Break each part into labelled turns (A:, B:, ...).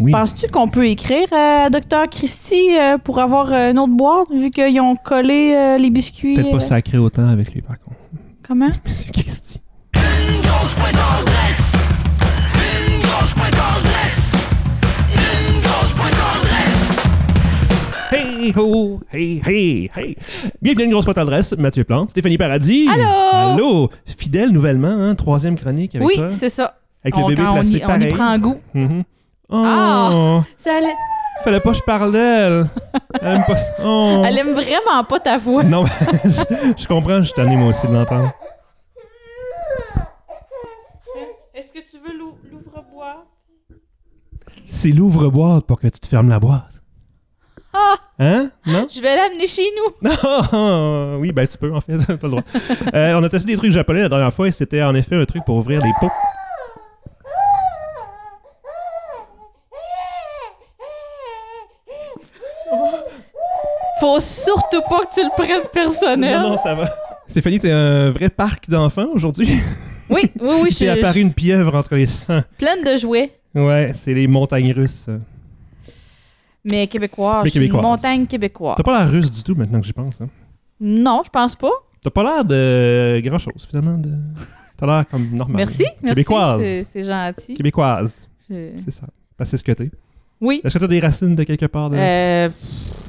A: Oui.
B: Penses-tu qu'on peut écrire à Dr. Christie euh, pour avoir euh, une autre boîte, vu qu'ils ont collé euh, les biscuits?
A: Peut-être
B: euh,
A: pas sacré autant avec lui, par contre.
B: Comment?
A: Monsieur Christie. Hey ho, hey hey hey. Bienvenue à une grosse boîte à adresse, Mathieu Plante, Stéphanie Paradis.
B: Allô?
A: Allô. Fidèle nouvellement, hein, troisième chronique avec
B: Oui,
A: toi.
B: c'est ça.
A: Avec le
B: on,
A: bébé
B: quand on
A: placé
B: y, on y
A: pareil.
B: prend goût.
A: Mhm. Oh,
B: Ah! Ça, elle,
A: fallait pas que je parle d'elle. Elle aime pas ça. Oh.
B: elle aime vraiment pas ta voix.
A: Non, mais je, je comprends, je suis tanné moi aussi de l'entendre.
B: Est-ce que tu veux l'ouvre-boîte?
A: C'est l'ouvre-boîte pour que tu te fermes la boîte.
B: Ah!
A: Hein? Non?
B: Je vais l'amener chez nous.
A: Non! oui, ben tu peux en fait, t'as le droit. Euh, on a testé des trucs japonais la dernière fois et c'était en effet un truc pour ouvrir les pots.
B: Faut surtout pas que tu le prennes personnel.
A: Non, non, ça va. Stéphanie, t'es un vrai parc d'enfants aujourd'hui.
B: Oui, oui, oui, je
A: T'es
B: suis
A: apparu une pieuvre entre les sangs.
B: pleine de jouets,
A: Ouais, c'est les montagnes russes.
B: mais québécois.
A: Mais
B: je suis une
A: québécoise.
B: montagne québécoise.
A: T'as pas l'air russe du tout maintenant que j'y pense. hein.
B: Non, je pense pas.
A: T'as pas l'air de grand-chose finalement. De... T'as l'air comme normal.
B: Merci, merci.
A: Québécoise.
B: c'est- C'est gentil.
A: Québécoise,
B: Je-
A: c'est ça. Parce que c'est ce que t'es.
B: Oui.
A: Est-ce que t'as des racines de quelque part? De...
B: Euh, pff,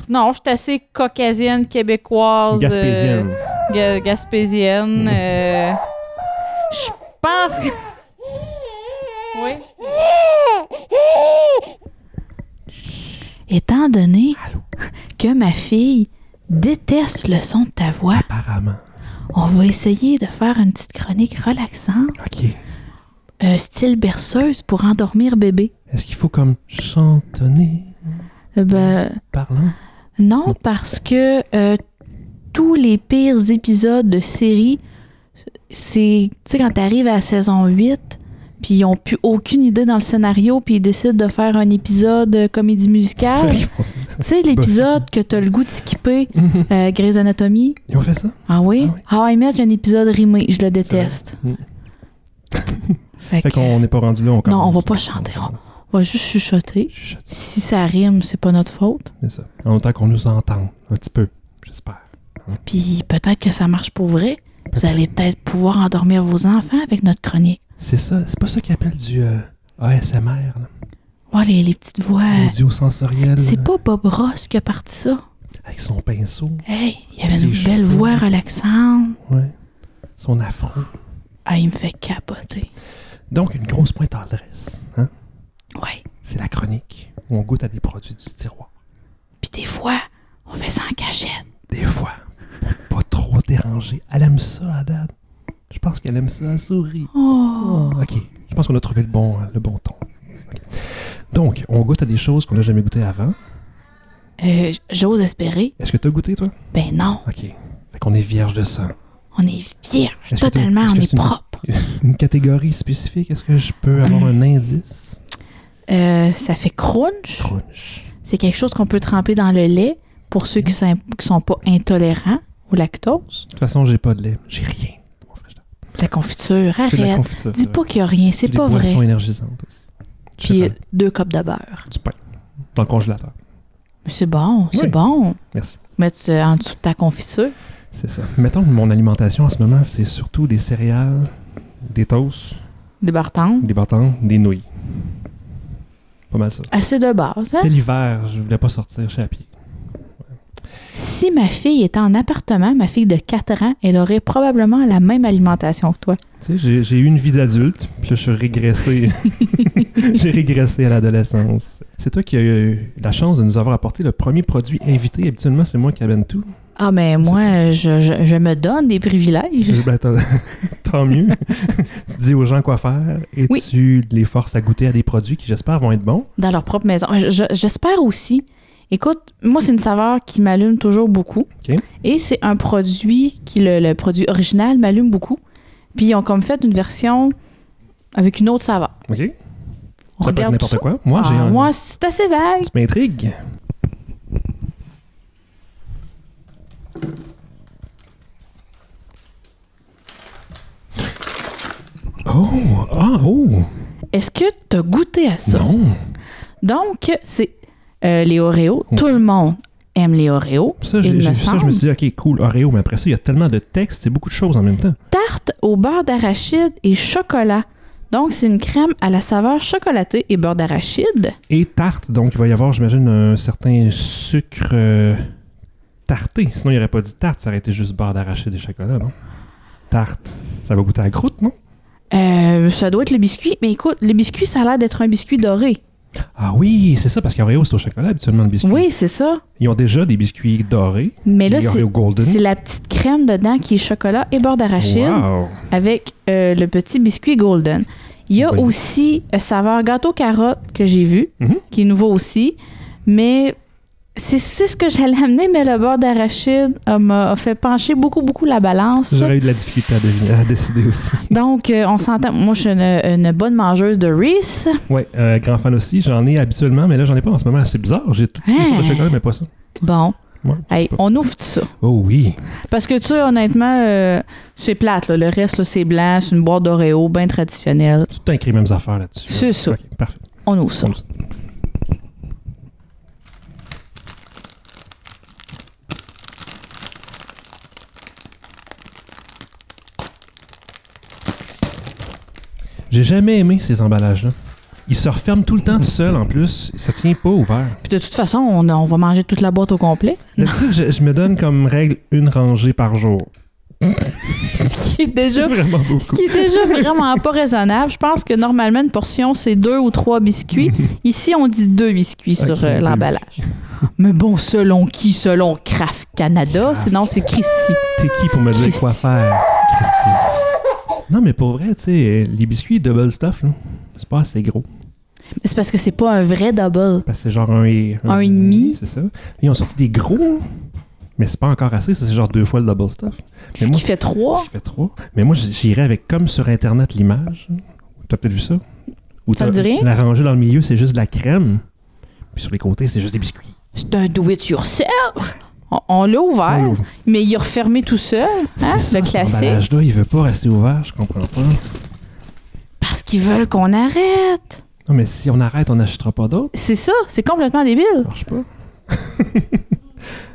B: non, je suis assez caucasienne, québécoise.
A: Gaspésienne.
B: euh, ga- gaspésienne.
A: Mm.
B: euh, je pense que. Oui. Étant donné que ma fille déteste le son de ta voix,
A: Apparemment.
B: on va essayer de faire une petite chronique relaxante,
A: OK.
B: euh, style berceuse pour endormir bébé.
A: Est-ce qu'il faut comme chantonner
B: Euh, ben,
A: parlant?
B: Non, parce que euh, tous les pires épisodes de série, c'est, tu sais, quand t'arrives à la saison 8, puis ils ont plus aucune idée dans le scénario, puis ils décident de faire un épisode euh, comédie musicale.
A: Ils font ça.
B: tu sais, l'épisode que t'as le goût de skipper,
A: Mhm.
B: euh, Grey's Anatomy.
A: Ils ont fait ça?
B: Ah oui?
A: Ah oui.
B: How I Met, j'ai un épisode rimé, je le déteste.
A: vrai. Mm.
B: fait
A: Fait
B: que, euh,
A: qu'on n'est pas rendu là, on commence.
B: on va pas chanter,
A: commence.
B: on va juste chuchoter.
A: Chut,
B: Si ça rime, c'est pas notre faute.
A: C'est ça. En même temps qu'on nous entende un petit peu, j'espère.
B: Puis peut-être que ça marche pour vrai. Vous allez peut-être pouvoir endormir vos enfants avec notre chronique.
A: C'est ça, c'est pas ça qu'ils appellent du euh, ASMR, là.
B: Oh, les, les petites voix.
A: audio sensoriel,
B: Euh, C'est pas Bob Ross qui a parti ça.
A: avec son pinceau,
B: Hey, il y avait
A: C'est
B: une
A: chaud.
B: belle voix relaxante.
A: ouais. son afro.
B: Ah, il me fait capoter.
A: Donc, une grosse pointe d'adresse. Hein?
B: Ouais.
A: C'est la chronique où on goûte à des produits du tiroir.
B: Puis des fois, on fait ça en cachette.
A: Des fois, pour pas trop déranger. Elle aime ça, Adad. Je pense qu'elle aime ça, elle sourit.
B: Oh.
A: Ok, je pense qu'on a trouvé le bon, le bon ton. Ok. Donc, on goûte à des choses qu'on n'a jamais goûtées avant.
B: Euh, J'ose espérer.
A: Est-ce que tu as goûté, toi?
B: Ben non,
A: Ok. Fait qu'on est vierge de ça.
B: on est vierge.
A: Est-ce que t'as-
B: Totalement,
A: est-ce
B: on
A: que
B: est
A: c'est une-
B: propre.
A: Une catégorie spécifique, est-ce que je peux avoir un indice?
B: Euh, ça fait crunch.
A: Crunch.
B: C'est quelque chose qu'on peut tremper dans le lait pour ceux qui sont, qui sont pas intolérants au lactose.
A: De toute façon, j'ai pas de lait. J'ai rien. dans mon frigidaire.
B: La confiture,
A: Que de la
B: arrête.
A: confiture.
B: Dis
A: c'est
B: pas qu'il y a rien, c'est
A: Puis les
B: pas vrai.
A: boissons énergisantes aussi. Je sais
B: Puis
A: pas,
B: deux copes de beurre.
A: du pain. Dans le congélateur.
B: Mais c'est bon, c'est
A: Oui.
B: bon.
A: Merci.
B: Mettre euh, en dessous de ta confiture.
A: C'est ça. Mettons que mon alimentation en ce moment, c'est surtout des céréales, des toasts,
B: Des bartendes.
A: des bâtons, des nouilles. Pas mal ça.
B: Assez de base, hein?
A: C'était l'hiver, je voulais pas sortir, chez à pied.
B: Si ma fille était en appartement, ma fille de 4 ans, elle aurait probablement la même alimentation que toi.
A: Tu sais, j'ai- j'ai eu une vie d'adulte, puis là, je suis régressé. j'ai régressé à l'adolescence. C'est toi qui as eu la chance de nous avoir apporté le premier produit invité. Habituellement, c'est moi qui amène tout.
B: Ah, mais moi, euh, je, je- je me donne des privilèges.
A: Je- ben, tant- tant mieux. tu dis aux gens quoi faire et
B: Oui.
A: tu les forces à goûter à des produits qui, j'espère, vont être bons.
B: dans leur propre maison. Euh, Je- je- J'espère aussi. Écoute, moi, c'est une saveur qui m'allume toujours beaucoup.
A: OK.
B: Et c'est un produit qui, le, le produit original, m'allume beaucoup. Puis, ils ont comme fait une version avec une autre saveur.
A: OK?
B: On
A: ça peut être
B: regarde
A: n'importe
B: ça.
A: quoi. Moi,
B: Ah,
A: j'ai un.
B: moi, c'est assez vague.
A: Tu m'intrigues. Oh, ah, oh, Oh,
B: Est-ce que tu as goûté à ça?
A: ah, non.
B: Donc, c'est euh, les Oreos. Tout le monde aime les Oreos.
A: Oh. Ça,
B: il
A: j'ai
B: me
A: j'ai vu ça, je me
B: semble.
A: suis dit, OK, cool, Oreo, mais après ça, il y a tellement de textes, c'est beaucoup de choses en même temps.
B: Tarte au beurre d'arachide et chocolat. Donc, c'est une crème à la saveur chocolatée et beurre d'arachide.
A: Et tarte, donc il va y avoir, j'imagine, un certain sucre euh, tarté. Sinon, il n'y aurait pas dit tarte, ça aurait été juste beurre d'arachide et chocolat, non? Tarte, ça va goûter à croûte, non?
B: Euh, ça doit être le biscuit. Mais écoute, le biscuit, ça a l'air d'être un biscuit doré.
A: Ah oui, c'est ça, parce qu'Oreo, c'est au chocolat habituellement le biscuit.
B: Oui, c'est ça.
A: Ils ont déjà des biscuits dorés,
B: Mais là,
A: les
B: c'est
A: Oreo Golden.
B: c'est la petite crème dedans qui est chocolat et beurre d'arachide
A: Wow.
B: avec euh, le petit biscuit golden. Il y a
A: Bonne idée.
B: aussi euh, saveur gâteau carotte que j'ai vu,
A: Mhm.
B: qui est nouveau aussi. Mais c'est c'est ce que j'allais amener, mais le beurre d'arachide euh, m'a a fait pencher beaucoup, beaucoup la balance.
A: J'aurais eu de la difficulté à, deviner- à décider aussi.
B: Donc, euh, on s'entend. Moi, je suis une, une bonne mangeuse de Reese.
A: Ouais, euh, grand fan aussi. J'en ai habituellement, mais là, j'en ai pas en ce moment. C'est bizarre. J'ai toutes les sortes de
B: Hein?
A: chocolat, mais pas ça.
B: Bon,
A: Ouais.
B: hey, on ouvre tout ça.
A: Oh oui.
B: Parce que, tu sais, honnêtement, euh, c'est plate. là. Le reste, là, c'est blanc. C'est une boîte d'Oreo bien traditionnelle.
A: Tu t'incris les mêmes affaires là-dessus.
B: C'est ça.
A: Ok, parfait.
B: On ouvre ça.
A: On ouvre ça. J'ai jamais aimé ces emballages-là. Ils se referment tout le temps tout seul en plus. Ça tient pas ouvert.
B: Puis de toute façon, on, on va manger toute la boîte au complet.
A: D'habitude, je, je me donne comme règle une rangée par jour.
B: Ce qui est déjà,
A: C'est vraiment
B: ce
A: beaucoup.
B: qui est déjà vraiment pas raisonnable. Je pense que normalement, une portion, c'est deux ou trois biscuits. Ici, on dit deux biscuits
A: Ok,
B: sur euh,
A: deux
B: l'emballage. Mais bon, selon qui? Selon Kraft Canada. Sinon, c'est Christy.
A: T'es qui pour me dire
B: Christy.
A: quoi faire, Christy? Non, mais pour vrai, tu sais, les biscuits double stuff, là, c'est pas assez gros.
B: Mais C'est parce que c'est pas un vrai double.
A: Parce que c'est genre un et...
B: Un et demi.
A: C'est ça. Ils ont sorti des gros, mais c'est pas encore assez. ça, C'est genre deux fois le double stuff.
B: Ce
A: moi,
B: qui fait trois.
A: Ça fait trois. Mais moi, j- j'irais avec comme sur Internet l'image. T'as peut-être vu ça? Ou
B: Ça
A: t'as-
B: me dit rien?
A: La rangée dans le milieu, c'est juste de la crème. Puis sur les côtés, c'est juste des biscuits.
B: C'est un do it yourself. On, on l'a ouvert,
A: Oh,
B: mais il est refermé tout seul, hein,
A: c'est ça,
B: le
A: cet
B: classique,
A: emballage-là, il veut pas rester ouvert, je comprends pas.
B: parce qu'ils veulent qu'on arrête.
A: Non, mais si on arrête, on n'achètera pas d'autres.
B: C'est ça, c'est complètement débile.
A: Ça marche pas.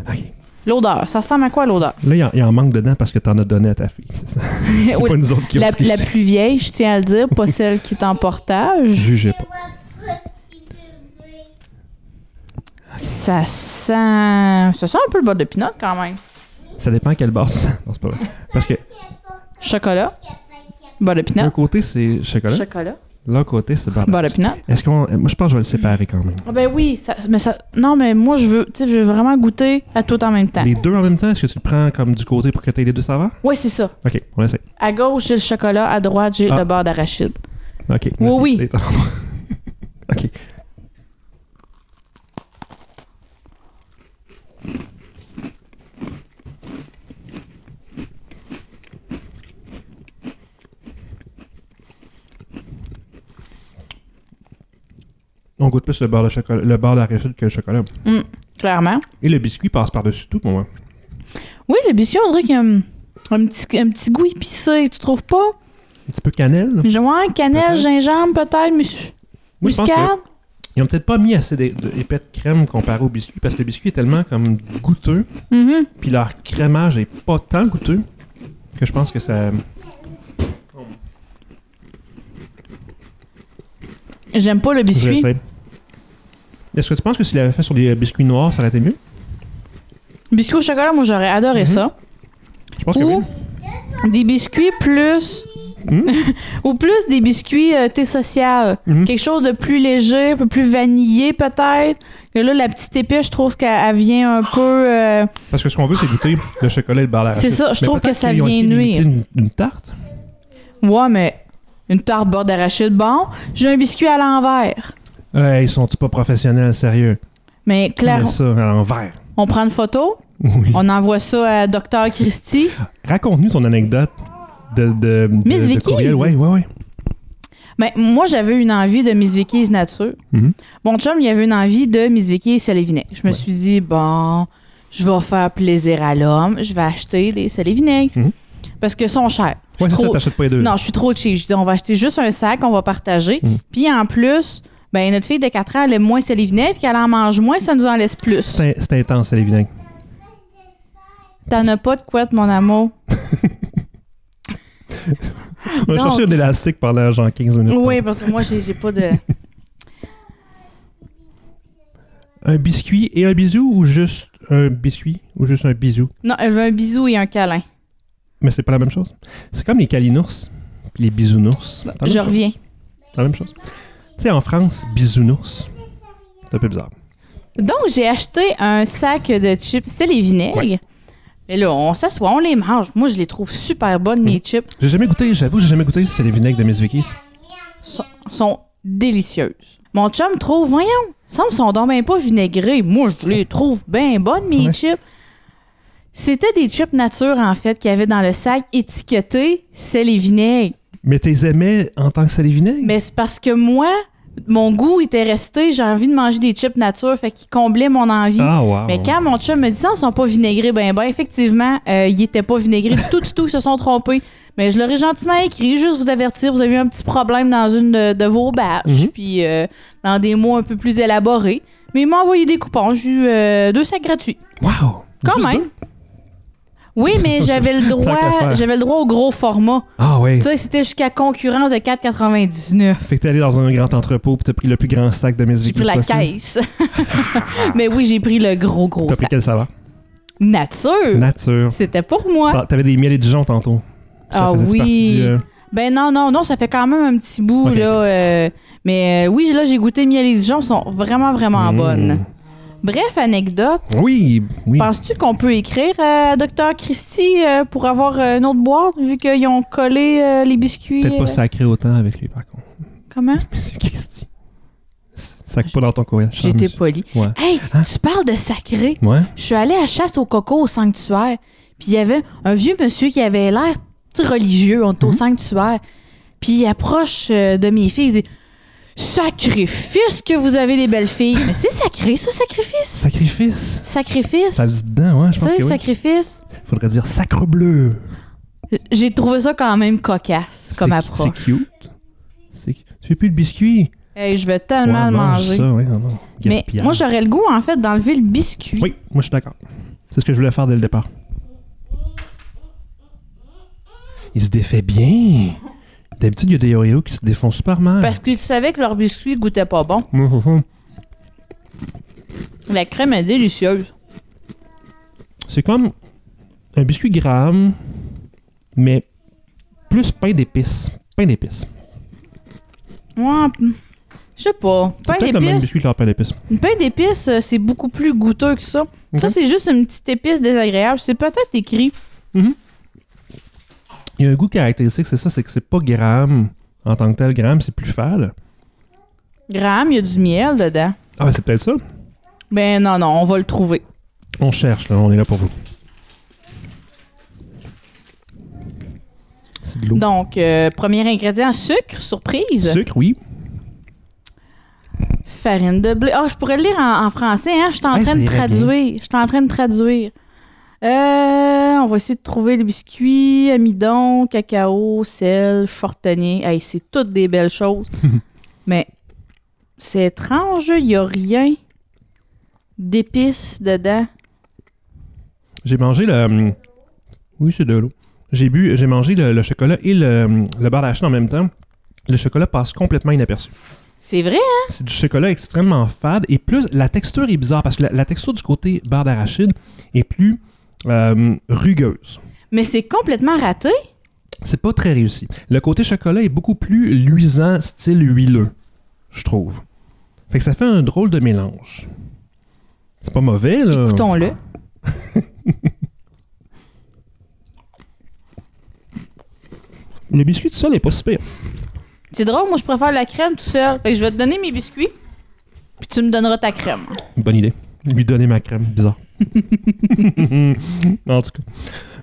A: OK.
B: L'odeur, ça ressemble à quoi l'odeur?
A: Là, il y en- il y en manque dedans parce que t'en as donné à ta fille. C'est ça. C'est
B: Oui,
A: pas nous autres qui
B: la,
A: avons
B: la plus vieille, je tiens à le dire, pas celle qui est en portage.
A: Jugez pas.
B: Ça sent... Ça sent un peu le bas de pinot quand même.
A: Ça dépend à quelle base. Non, c'est pas vrai. Parce que
B: Chocolat, bas de
A: d'un
B: pinot,
A: côté, c'est chocolat.
B: chocolat,
A: L'autre côté, c'est barbe.
B: bas de pinot.
A: Est-ce qu'on. Moi, je pense que je vais le séparer quand même.
B: Ah ben oui, ça- mais ça... Non, mais moi, je veux, tu sais, je veux vraiment goûter à tout en même temps.
A: Les deux en même temps, est-ce que tu le prends comme du côté pour que tu aies les deux saveurs?
B: Oui, c'est ça.
A: Ok, on essaie.
B: À gauche, j'ai le chocolat. À droite, j'ai
A: Ah.
B: le beurre d'arachide.
A: Ok.
B: Oui,
A: merci.
B: oui.
A: Les- ok. On goûte plus le beurre de chocolat, le beurre d'arachide que le chocolat.
B: Clairement.
A: Et le biscuit passe par-dessus tout pour moi.
B: Oui, le biscuit, on dirait qu'il y a un, un petit, un petit goût épicé. Tu trouves pas?
A: Un petit peu cannelle. là.
B: J'ai ouais, cannelle,
A: Peut-être.
B: gingembre, peut-être, mus-
A: Moi, je pense que
B: muscade.
A: Ils ont peut-être pas mis assez d'é- d'épais de crème comparé au biscuit parce que le biscuit est tellement comme goûteux,
B: Mhm.
A: puis leur crémage est pas tant goûteux que je pense que ça.
B: J'aime pas le biscuit.
A: J'essaie. Est-ce que tu penses que s'il l'avait fait sur des biscuits noirs, ça aurait été mieux
B: Biscuit au chocolat, moi, j'aurais adoré
A: Mhm.
B: ça.
A: Je pense que
B: Ou
A: oui.
B: des biscuits plus...
A: Hmm?
B: Ou plus des biscuits euh, thé social.
A: Mhm.
B: Quelque chose de plus léger, un peu plus vanillé, peut-être. Que Là, la petite épice, je trouve qu'elle elle vient un peu... euh,
A: Parce que ce qu'on veut, c'est goûter le chocolat et le beurre d'arachide.
B: C'est ça, je
A: Mais
B: trouve
A: peut-être
B: que ça
A: qu'ils ont
B: vient
A: essayé d'imiter
B: nuire.
A: Une, une tarte
B: Ouais, mais une tarte beurre d'arachide, bon. J'ai un biscuit à l'envers.
A: Ouais, Euh, Ils sont-ils pas professionnels, sérieux
B: Mais
A: Mais
B: clairement,
A: ça à l'envers.
B: on prend une photo,
A: Oui.
B: on envoie ça à Docteur Christie.
A: Raconte-nous ton anecdote de, de, de,
B: Miss
A: de
B: Vicky's.
A: courriel. Ouais, ouais, ouais.
B: Mais moi, j'avais une envie de Miss Vicky's Nature.
A: Mhm.
B: Mon chum, il avait une envie de Miss Vicky's Sel et Vinaigre. Je me
A: Ouais.
B: suis dit, bon, je vais faire plaisir à l'homme, je vais acheter des Sel et Vinaigre.
A: Mhm.
B: Parce que sont chers. Je
A: Ouais, c'est
B: suis
A: ça,
B: trop-
A: t'achètes pas les deux.
B: Non, je suis trop cheap. Je dis, on va acheter juste un sac, on va partager.
A: Mm.
B: Puis en plus, ben notre fille de 4 ans, elle aime moins les vinaigre, puis qu'elle en mange moins, ça nous en laisse plus.
A: C'est c'est intense, les vinaigres.
B: T'en as pas de couette, mon amour.
A: On a
B: Donc-
A: cherché de l'élastique pendant genre 15 minutes.
B: Oui, parce que moi, j'ai j'ai pas de.
A: Un biscuit et un bisou ou juste un biscuit ou juste un bisou?
B: Non, elle veut un bisou et un câlin.
A: Mais c'est pas la même chose. C'est comme les calinours puis les bisounours. C'est la même
B: Bah, Je
A: chose.
B: reviens.
A: C'est la même chose. Tu sais, en France, bisounours, c'est un peu bizarre.
B: Donc, j'ai acheté un sac de chips. C'était les vinaigres. Mais là, on s'assoit, on les mange. Moi, je les trouve super bonnes, mes chips.
A: J'ai jamais goûté, j'avoue, j'ai jamais goûté. C'est les vinaigres de Miss Vicky's.
B: sont, sont délicieuses. Mon chum trouve, voyons, ça me sont donc bien pas vinaigrés. Moi, je les trouve bien bonnes, mes
A: Ouais.
B: chips. C'était des chips nature, en fait, qu'il y avait dans le sac étiqueté, c'est les vinaigres.
A: Mais t'es aimais en tant que c'est les vinaigres?
B: Mais c'est parce que moi, mon goût était resté, j'ai envie de manger des chips nature, fait qu'ils comblaient mon envie.
A: Ah, wow.
B: Mais quand mon chum me dit ça, ils sont pas vinaigrés, ben ben, effectivement, euh, ils étaient pas vinaigrés du tout, du tout, ils se sont trompés. Mais je leur ai gentiment écrit, juste vous avertir, vous avez eu un petit problème dans une de, de vos batchs,
A: Mhm.
B: puis euh, dans des mots un peu plus élaborés. Mais ils m'ont envoyé des coupons, j'ai eu euh, deux sacs gratuits.
A: Wow!
B: Quand
A: Juste
B: même.
A: deux?
B: Oui, mais j'avais le
A: qu'à
B: droit,
A: faire.
B: j'avais le droit au gros format.
A: Ah, ouais.
B: Tu sais, c'était jusqu'à concurrence de 4,99.
A: Fait que t'es allé dans un grand entrepôt pis t'as pris le plus grand sac de Miss
B: J'ai
A: Vicky's.
B: pris la
A: possible.
B: caisse. mais oui, j'ai pris le gros gros
A: T'as pris
B: sac.
A: quel saveur?
B: Nature.
A: Nature.
B: C'était pour moi.
A: T'as- T'avais des miels et Dijon tantôt. Puis Ça
B: Ah
A: faisait
B: oui.
A: partie du. euh,
B: Ben non, non, non, ça fait quand même un petit bout,
A: Ok,
B: là. euh, mais euh, oui, là, j'ai goûté miel et Dijon, elles sont vraiment, vraiment
A: Mm.
B: bonnes. Bref, anecdote.
A: Oui, oui.
B: Penses-tu qu'on peut écrire euh, à Dr. Christie euh, pour avoir euh, une autre boîte, vu qu'ils ont collé euh, les biscuits?
A: Peut-être
B: euh,
A: pas sacré autant avec lui, par contre.
B: Comment?
A: Monsieur Christie. Sac pas dans ton courriel. je
B: J'étais
A: sens,
B: poli.
A: Ouais.
B: Hey,
A: Hein?
B: tu parles de sacré.
A: monsieur. Ouais.
B: Je suis allée à chasse au coco au sanctuaire. Puis il y avait un vieux monsieur qui avait l'air petit religieux, on était au
A: Mhm.
B: sanctuaire. Puis il approche euh, de mes filles, il dit Sacrifice que vous avez des belles filles. Mais c'est sacré, ça, sacrifice.
A: Sacrifice.
B: Sacrifice.
A: Ça le dit dedans, ouais, je
B: Tu
A: pense
B: sais,
A: que oui.
B: sacrifice.
A: Faudrait dire sacre bleu.
B: J'ai trouvé ça quand même cocasse comme
A: C'est- C'est
B: approche.
A: cute. C'est- Tu veux plus de biscuits?
B: Hey, je vais
A: Ouais,
B: tellement le
A: mange
B: manger.
A: ça, ouais, non, non.
B: Mais
A: Gaspillage.
B: moi, j'aurais le goût, en fait, d'enlever le biscuit.
A: Oui, moi je suis d'accord. C'est ce que je voulais faire dès le départ. Il se défait bien. D'habitude, il y a des Oreos qui se défont super mal.
B: Parce que tu savais que leur biscuit goûtait pas bon. La crème est délicieuse.
A: C'est comme un biscuit gramme, mais plus pain d'épices. Pain d'épices.
B: Ouais, je sais pas. Pain
A: Peut-être le même
B: d'épices,
A: biscuit que leur pain d'épices.
B: Une pain d'épices, euh, c'est beaucoup plus goûteux que ça. Ça,
A: Ok.
B: c'est juste une petite épice désagréable. C'est peut-être écrit.
A: Il y a un goût caractéristique, c'est ça, c'est que c'est pas gramme en tant que tel. Gramme, c'est plus fade.
B: Graham, il y a du miel dedans.
A: Ah, ben c'est peut-être ça.
B: Ben non, non, on va le trouver.
A: On cherche, là, on est là pour vous. C'est de l'eau.
B: Donc, euh, premier ingrédient, sucre, surprise.
A: Sucre, oui.
B: Farine de blé. Ah, je pourrais le lire en, en français, hein? Je suis en
A: Ouais,
B: train
A: ça
B: de
A: irait
B: traduire. Je suis en train de traduire. Euh, on va essayer de trouver le biscuit, amidon, cacao, sel, chortanier. Hey, c'est toutes des belles choses. Mais c'est étrange, il n'y a rien d'épices dedans.
A: J'ai mangé le. hum, Oui, c'est de l'eau. J'ai bu, j'ai mangé le, le chocolat et le, hum, le beurre haché en même temps. Le chocolat passe complètement inaperçu.
B: C'est vrai?
A: C'est du chocolat extrêmement fade et plus la texture est bizarre parce que la, la texture du côté beurre d'arachide est plus hum, rugueuse.
B: Mais c'est complètement raté.
A: C'est pas très réussi. Le côté chocolat est beaucoup plus luisant, style huileux, je trouve. Fait que ça fait un drôle de mélange. C'est pas mauvais, là.
B: Écoutons-le.
A: Le biscuit tout seul est pas si pire.
B: C'est drôle, moi je préfère la crème tout seul. Fait que je vais te donner mes biscuits, puis tu me donneras ta crème.
A: Bonne idée. Lui donner ma crème, bizarre. en tout cas.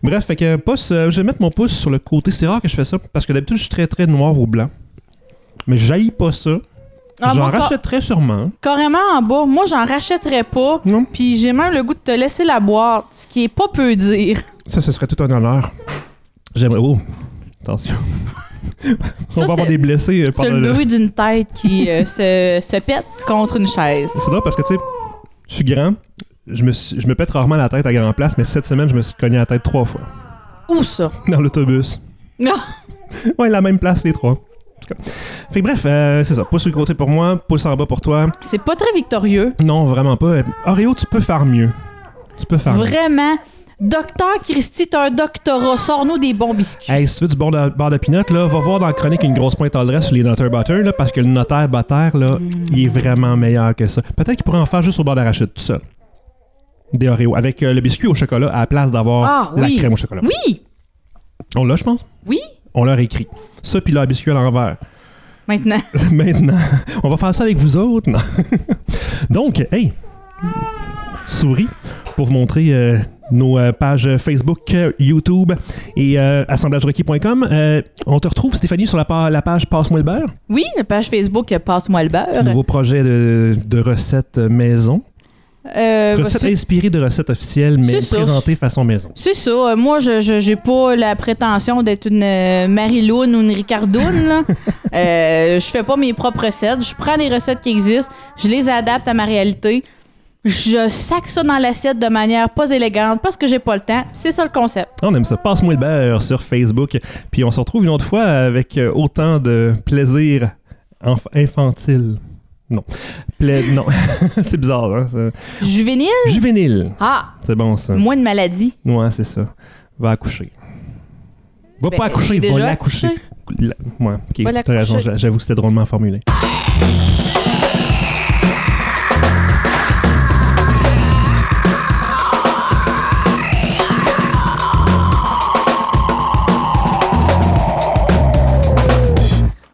A: Bref, fait que pouce, euh, je vais mettre mon pouce sur le côté. C'est rare que je fais ça parce que d'habitude je suis très très noir ou blanc. Mais j'haïs pas ça.
B: Ah,
A: J'en
B: moi, ca-
A: rachèterais sûrement.
B: Carrément en bas. Moi, j'en rachèterais pas.
A: Non.
B: Puis j'ai même le goût de te laisser la boîte, ce qui est pas peu dire.
A: Ça, ce serait tout un honneur. J'aimerais. Oh, attention. On
B: Ça,
A: va avoir
B: c'était-
A: des blessés euh,
B: C'est
A: pendant
B: le
A: le.
B: bruit d'une tête qui euh, se, se pète contre une chaise.
A: C'est là parce que, tu sais, je suis grand. Je me, suis- je me pète rarement la tête à grand place, mais cette semaine, je me suis cogné la tête trois fois.
B: Où ça?
A: Dans l'autobus.
B: Non.
A: Ouais, la même place, les trois. En tout cas. Fait que bref, euh, c'est ça. Pouce sur le côté pour moi, pouce en bas pour toi.
B: C'est pas très victorieux.
A: Non, vraiment pas. Euh, Oreo, tu peux faire mieux. Tu peux faire mieux.
B: Vraiment. Docteur Christy, t'as un doctorat. Sors-nous des bons biscuits.
A: Hey, si tu veux du bord de, bord de peanut, là, va voir dans la chronique une grosse pointe tendresse sur les Nutter Butter, là, parce que le notaire butter, là,
B: Mm.
A: il est vraiment meilleur que ça. Peut-être qu'il pourrait en faire juste au bord d'arachide, tout seul. Des Oreos, avec euh, le biscuit au chocolat à la place d'avoir
B: Ah,
A: la
B: oui.
A: crème au chocolat.
B: Oui!
A: On l'a, je pense?
B: Oui.
A: On leur écrit. Ça, puis leur biscuit à l'envers.
B: Maintenant.
A: Maintenant, on va faire ça avec vous autres. non? Donc, hey, souris pour vous montrer euh, nos euh, pages Facebook, euh, YouTube et euh, assemblagerequis.com. Euh, on te retrouve, Stéphanie, sur la, pa- la page Passe-moi le beurre,
B: Oui, la page Facebook euh, Passe-moi le beurre.
A: nouveau projet de, de recettes maison.
B: Euh,
A: recettes
B: c'est-
A: inspirées de recettes officielles, mais
B: C'est ça.
A: présentées façon maison.
B: c'est ça. Euh, Moi, je je- j'ai pas la prétention d'être une euh, Marie-Loune ou une Ricardoune. là. Euh, je fais pas mes propres recettes. Je prends les recettes qui existent, je les adapte à ma réalité. Je sac ça dans l'assiette de manière pas élégante parce que j'ai pas le temps. C'est ça le concept.
A: On aime ça. Passe-moi le beurre sur Facebook. Puis on se retrouve une autre fois avec euh, autant de plaisir enf- infantile. Non. Pla- non. c'est bizarre, hein? ça.
B: Juvénile?
A: Juvénile.
B: Ah,
A: C'est bon, ça.
B: moins de maladie.
A: Ouais, c'est ça. Va accoucher. Va
B: Ben,
A: pas accoucher,
B: j'ai
A: va
B: déjà
A: l'accoucher.
B: accouché.
A: La- Ouais, ok.
B: Va
A: T'as raison,
B: l'accoucher.
A: j'a- j'avoue que c'était drôlement formulé.